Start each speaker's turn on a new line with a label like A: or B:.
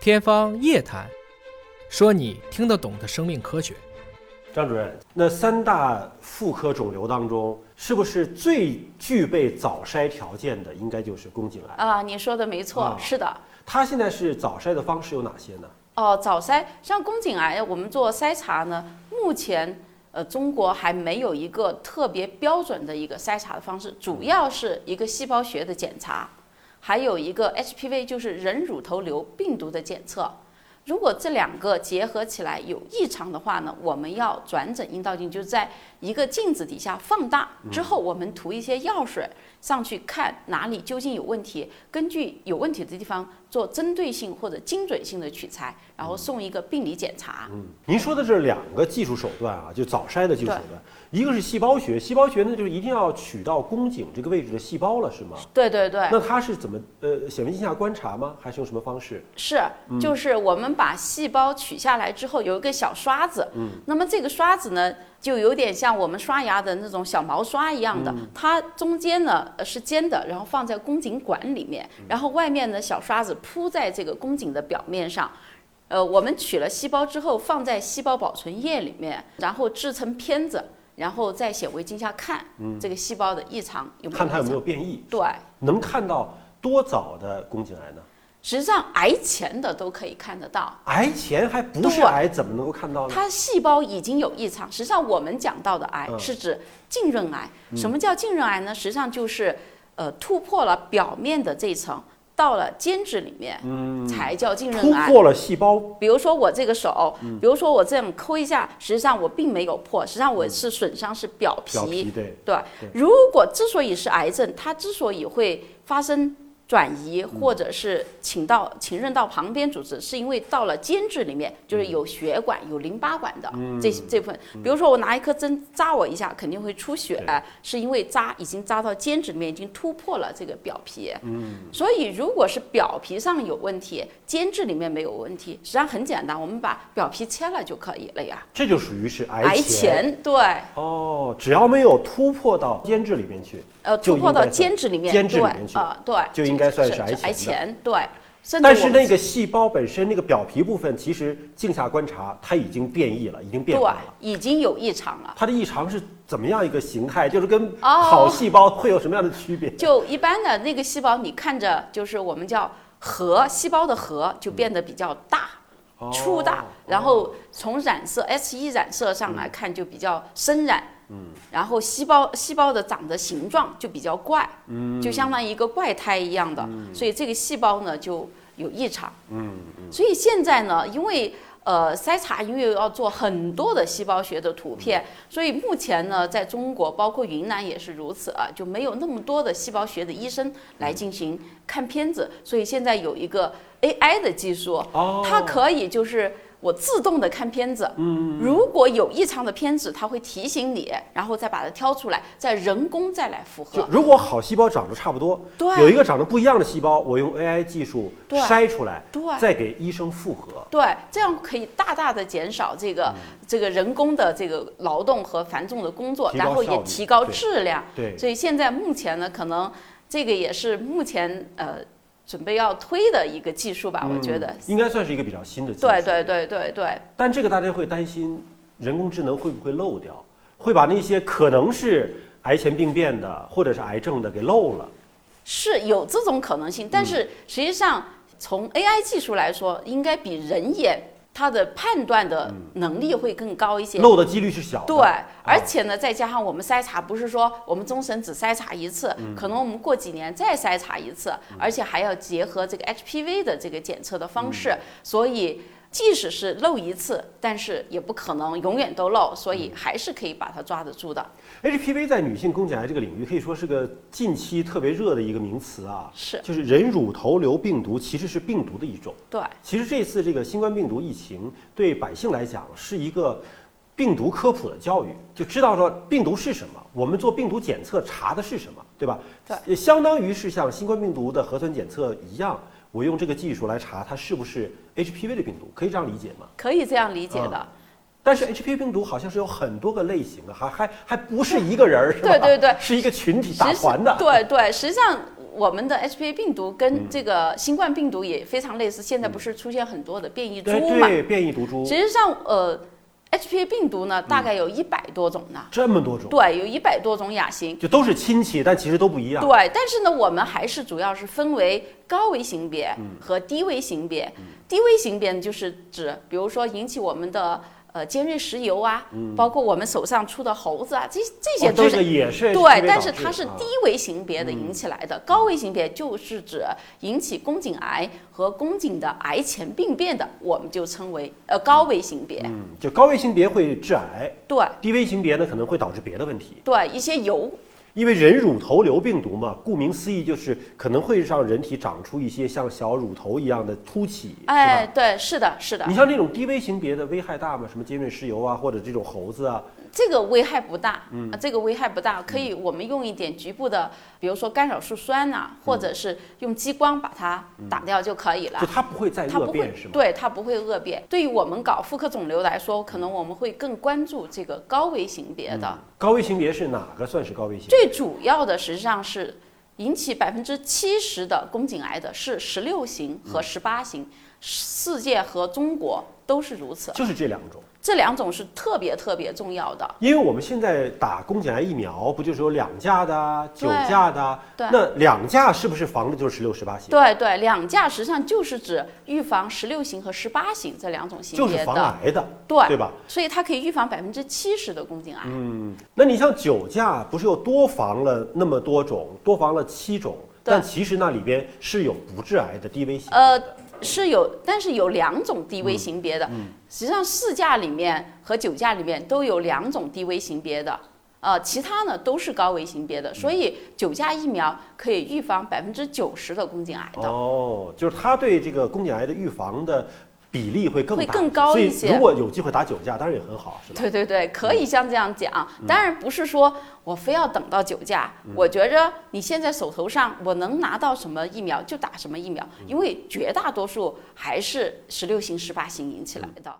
A: 天方夜谭，说你听得懂的生命科学。
B: 张主任，那三大妇科肿瘤当中，是不是最具备早筛条件的，应该就是宫颈癌？
C: 啊，你说的没错，
B: 啊
C: 是的。
B: 它现在是早筛的方式有哪些呢？
C: 哦，早筛像宫颈癌，我们做筛查呢，目前呃中国还没有一个特别标准的一个筛查的方式，主要是一个细胞学的检查，还有一个 HPV 就是人乳头瘤病毒的检测。如果这两个结合起来有异常的话呢，我们要转诊阴道镜，就是在一个镜子底下放大之后，我们涂一些药水上去看哪里究竟有问题，根据有问题的地方做针对性或者精准性的取材，然后送一个病理检查。
B: 嗯，您说的这两个技术手段啊，就早筛的技术手段，一个是细胞学，细胞学呢就是一定要取到宫颈这个位置的细胞了，是吗？
C: 对对对，
B: 那它是怎么呃显微镜下观察吗？还是用什么方式？
C: 是，
B: 嗯
C: 就是我们把细胞取下来之后，有一个小刷子，
B: 嗯
C: 那么这个刷子呢，就有点像我们刷牙的那种小毛刷一样的，
B: 嗯
C: 它中间呢呃是尖的，然后放在宫颈管里面，
B: 嗯
C: 然后外面的小刷子铺在这个宫颈的表面上。呃，我们取了细胞之后，放在细胞保存液里面，然后制成片子，然后在显微镜下看这个细胞的异常有没有
B: 嗯看它有
C: 异
B: 没
C: 常
B: 有变异，
C: 对。
B: 能看到多早的宫颈癌呢？
C: 实际上，癌前的都可以看得到，
B: 癌前还不是
C: 对
B: 癌，怎么能够看到呢？
C: 它细胞已经有异常。实际上，我们讲到的癌
B: 嗯
C: 是指浸润癌。什么叫浸润癌呢？实际上就是，呃，突破了表面的这一层，到了间质里面，才叫浸
B: 嗯突
C: 润癌。
B: 破了嗯细胞
C: 比如说我这个手，比如说我这样抠一下，实际上我并没有破，实际上我是损伤是表
B: 嗯
C: 皮。
B: 表皮，对，
C: 对，如果之所以是癌症，它之所以会发生转移或者是侵到浸润到旁边组织，是因为到了间质里面，就是有血管、有淋巴管的这这部分。比如说我拿一颗针扎我一下，肯定会出血，啊是因为扎已经扎到间质里面，已经突破了这个表皮。所以如果是表皮上有问题，间质里面没有问题，实际上很简单，我们把表皮切了就可以了呀。
B: 这就属于是癌
C: 癌前对，
B: 哦，只要没有突破到间质里面去，
C: 呃，
B: 就
C: 突
B: 应
C: 破
B: 该
C: 到
B: 算
C: 间质里面，
B: 间质里
C: 对
B: 面去
C: 啊、对，
B: 就应该算是癌
C: 癌
B: 前的
C: 前，对。甚至
B: 但是
C: 我
B: 那个细胞本身那个表皮部分，其实镜下观察它已经变异了，已经变化
C: 对
B: 了。
C: 已经有异常了。
B: 它的异常是怎么样一个形态？就是跟
C: 哦
B: 好细胞会有什么样的区别？
C: 就一般的那个细胞，你看着就是我们叫核细胞的核就变得比较大、
B: 哦嗯
C: 粗大，然后从染色 S 一染色上
B: 嗯
C: 来看就比较深染。嗯，然后细胞细胞的长的形状就比较怪，嗯，就相当于一个怪胎一样的，
B: 嗯
C: 所以这个细胞呢就有异常，嗯，所以现在呢，因为呃筛查因为要做很多的细胞学的图片，所以目前呢，在中国包括云南也是如此啊，就没有那么多的细胞学的医生来进行看片子，所以现在有一个 AI 的技术，
B: 哦
C: 它可以就是。我自动的看片子，嗯，如果有异常的片子，它会提醒你，然后再把它挑出来，再人工再来复
B: 就
C: 合。
B: 如果好细胞长得差不多，
C: 对
B: 有一个长得不一样的细胞，我用 AI 技术
C: 对
B: 筛出来，
C: 对
B: 再给医生复合。
C: 对，这样可以大大的减少这个、这个人工的这个劳动和繁重的工作，
B: 嗯提高
C: 然后
B: 效
C: 也
B: 率
C: 提高
B: 对
C: 质量。
B: 对
C: 所以现在目前呢，可能这个也是目前呃准备要推的一个技术吧，我觉得。
B: 应该算嗯是一个比较新的技术。
C: 对对对对对，
B: 但这个大家会担心，人工智能会不会漏掉？会把那些可能是癌前病变的或者是癌症的给漏了？
C: 是有这种可能性，但是实际上从 AI 技术来说，应该比人眼它的判断的
B: 嗯
C: 能力会更高一些。
B: 漏的几率是小的。啊
C: 对，而且呢，再加上我们筛查，不是说我们终审只筛查一次，
B: 嗯
C: 可能我们过几年再筛查一次，而且还要结合这个 HPV 的这个检测的方
B: 嗯
C: 式，所以即使是漏一次，但是也不可能永远都漏，所
B: 嗯
C: 以还是可以把它抓得住的。
B: HPV 在女性宫颈癌这个领域可以说是个近期特别热的一个名词啊。
C: 是
B: 就是人乳头瘤病毒其实是病毒的一种。
C: 对，
B: 其实这次这个新冠病毒疫情对百姓来讲是一个病毒科普的教育，就知道说病毒是什么，我们做病毒检测查的是什么，对吧？
C: 对
B: 也相当于是像新冠病毒的核酸检测一样，我用这个技术来查它是不是 HPV 的病毒，可以这样理解吗？
C: 可以这样理解的。
B: 啊但是 HPV 病毒好像是有很多个类啊型的，还还还不是一个人儿，是吧？
C: 对对对
B: 是一个群体
C: 实
B: 打
C: 际
B: 团的。
C: 对对，实际上我们的 HPV 病毒
B: 嗯
C: 跟这个新冠病毒也非常类似，现在不是出现很多的变异 株
B: 对
C: 嘛？
B: 对，变异毒株
C: 实际上，呃，HPV 病毒呢，大概有一百多种呢，
B: 这么多种，
C: 对，有一百多种亚型。
B: 就都是亲戚，但其实都不一样。
C: 对，但是呢，我们还是主要是分为高危型别
B: 嗯
C: 和低危型别。低危型别呢，就是指，比如说引起我们的呃尖锐石油啊，包括我们手上出的猴子啊，这这
B: 嗯哦
C: 些都是
B: 这个也是
C: 对，但是它是低
B: 第
C: 危型别的引起来的，
B: 嗯
C: 高危型别就是指引起宫颈癌和宫颈的癌前病变的，我们就称为呃高危型别。
B: 嗯，就高危型别会致癌，
C: 对
B: 低危型别呢可能会导致别的问题。
C: 对，一些油
B: 因为人乳头瘤病毒嘛，顾名思义就是可能会让人体长出一些像小乳头一样的凸起，
C: 哎
B: 是，
C: 对，是的，是的
B: 吧？你，像这种低危型别的危害大吗？什么尖锐石油啊，或者这种猴子啊，
C: 这个危害不大，嗯、这个危害不大，可以我们用一点局部的，比如说干扰素酸呐、
B: 嗯
C: 或者是用激光把它打掉就可以了。
B: 就嗯它不会再
C: 它
B: 恶
C: 不会
B: 变是，吗？嗯
C: 对它不会恶变。对于我们搞妇科肿瘤来说，可能我们会更关注这个高危型别的，
B: 高危型别是哪个算是高危型？
C: 最主要的实际上是引起百分之七十的宫颈癌的是十六型和
B: 嗯
C: 十八型，世界和中国都是如此，
B: 就是这两种。
C: 这两种是特别特别重要的。
B: 因为我们现在打宫颈癌疫苗，不就是有两价的、啊、九
C: 对
B: 价的、啊？
C: 对
B: 那两价是不是防的就是十六、十八型？
C: 对对，两价实际上就是指预防十六型和十八型这两种型
B: 就
C: 别
B: 是防
C: 的，
B: 癌的，
C: 对
B: 对嗯吧？
C: 所以它可以预防百分之七十的宫颈癌。
B: 那你像九价不是又多防了那么多种，多防了七种，
C: 对
B: 但其实那里边是有不致癌的低危型的。
C: 呃，是有，但是有两种低
B: 嗯
C: 危型别的。实际上，四价里面和九价里面都有两种低危型别的，呃，其他呢都是高危型别的。所
B: 嗯
C: 以，九价疫苗可以预防百分之九十的宫颈癌的。
B: 哦，就是它对这个宫颈癌的预防的比例会更大
C: 会更高一
B: 所
C: 些
B: 以如果有机会打九价，当然也很好，是吧？嗯
C: 对对对，可以像这样讲。当然不是说我非要等到九价，我觉着你现在手头上我能拿到什么疫苗
B: 嗯
C: 就打什么疫苗，因为绝大多数还是十六型、十八型引起来的。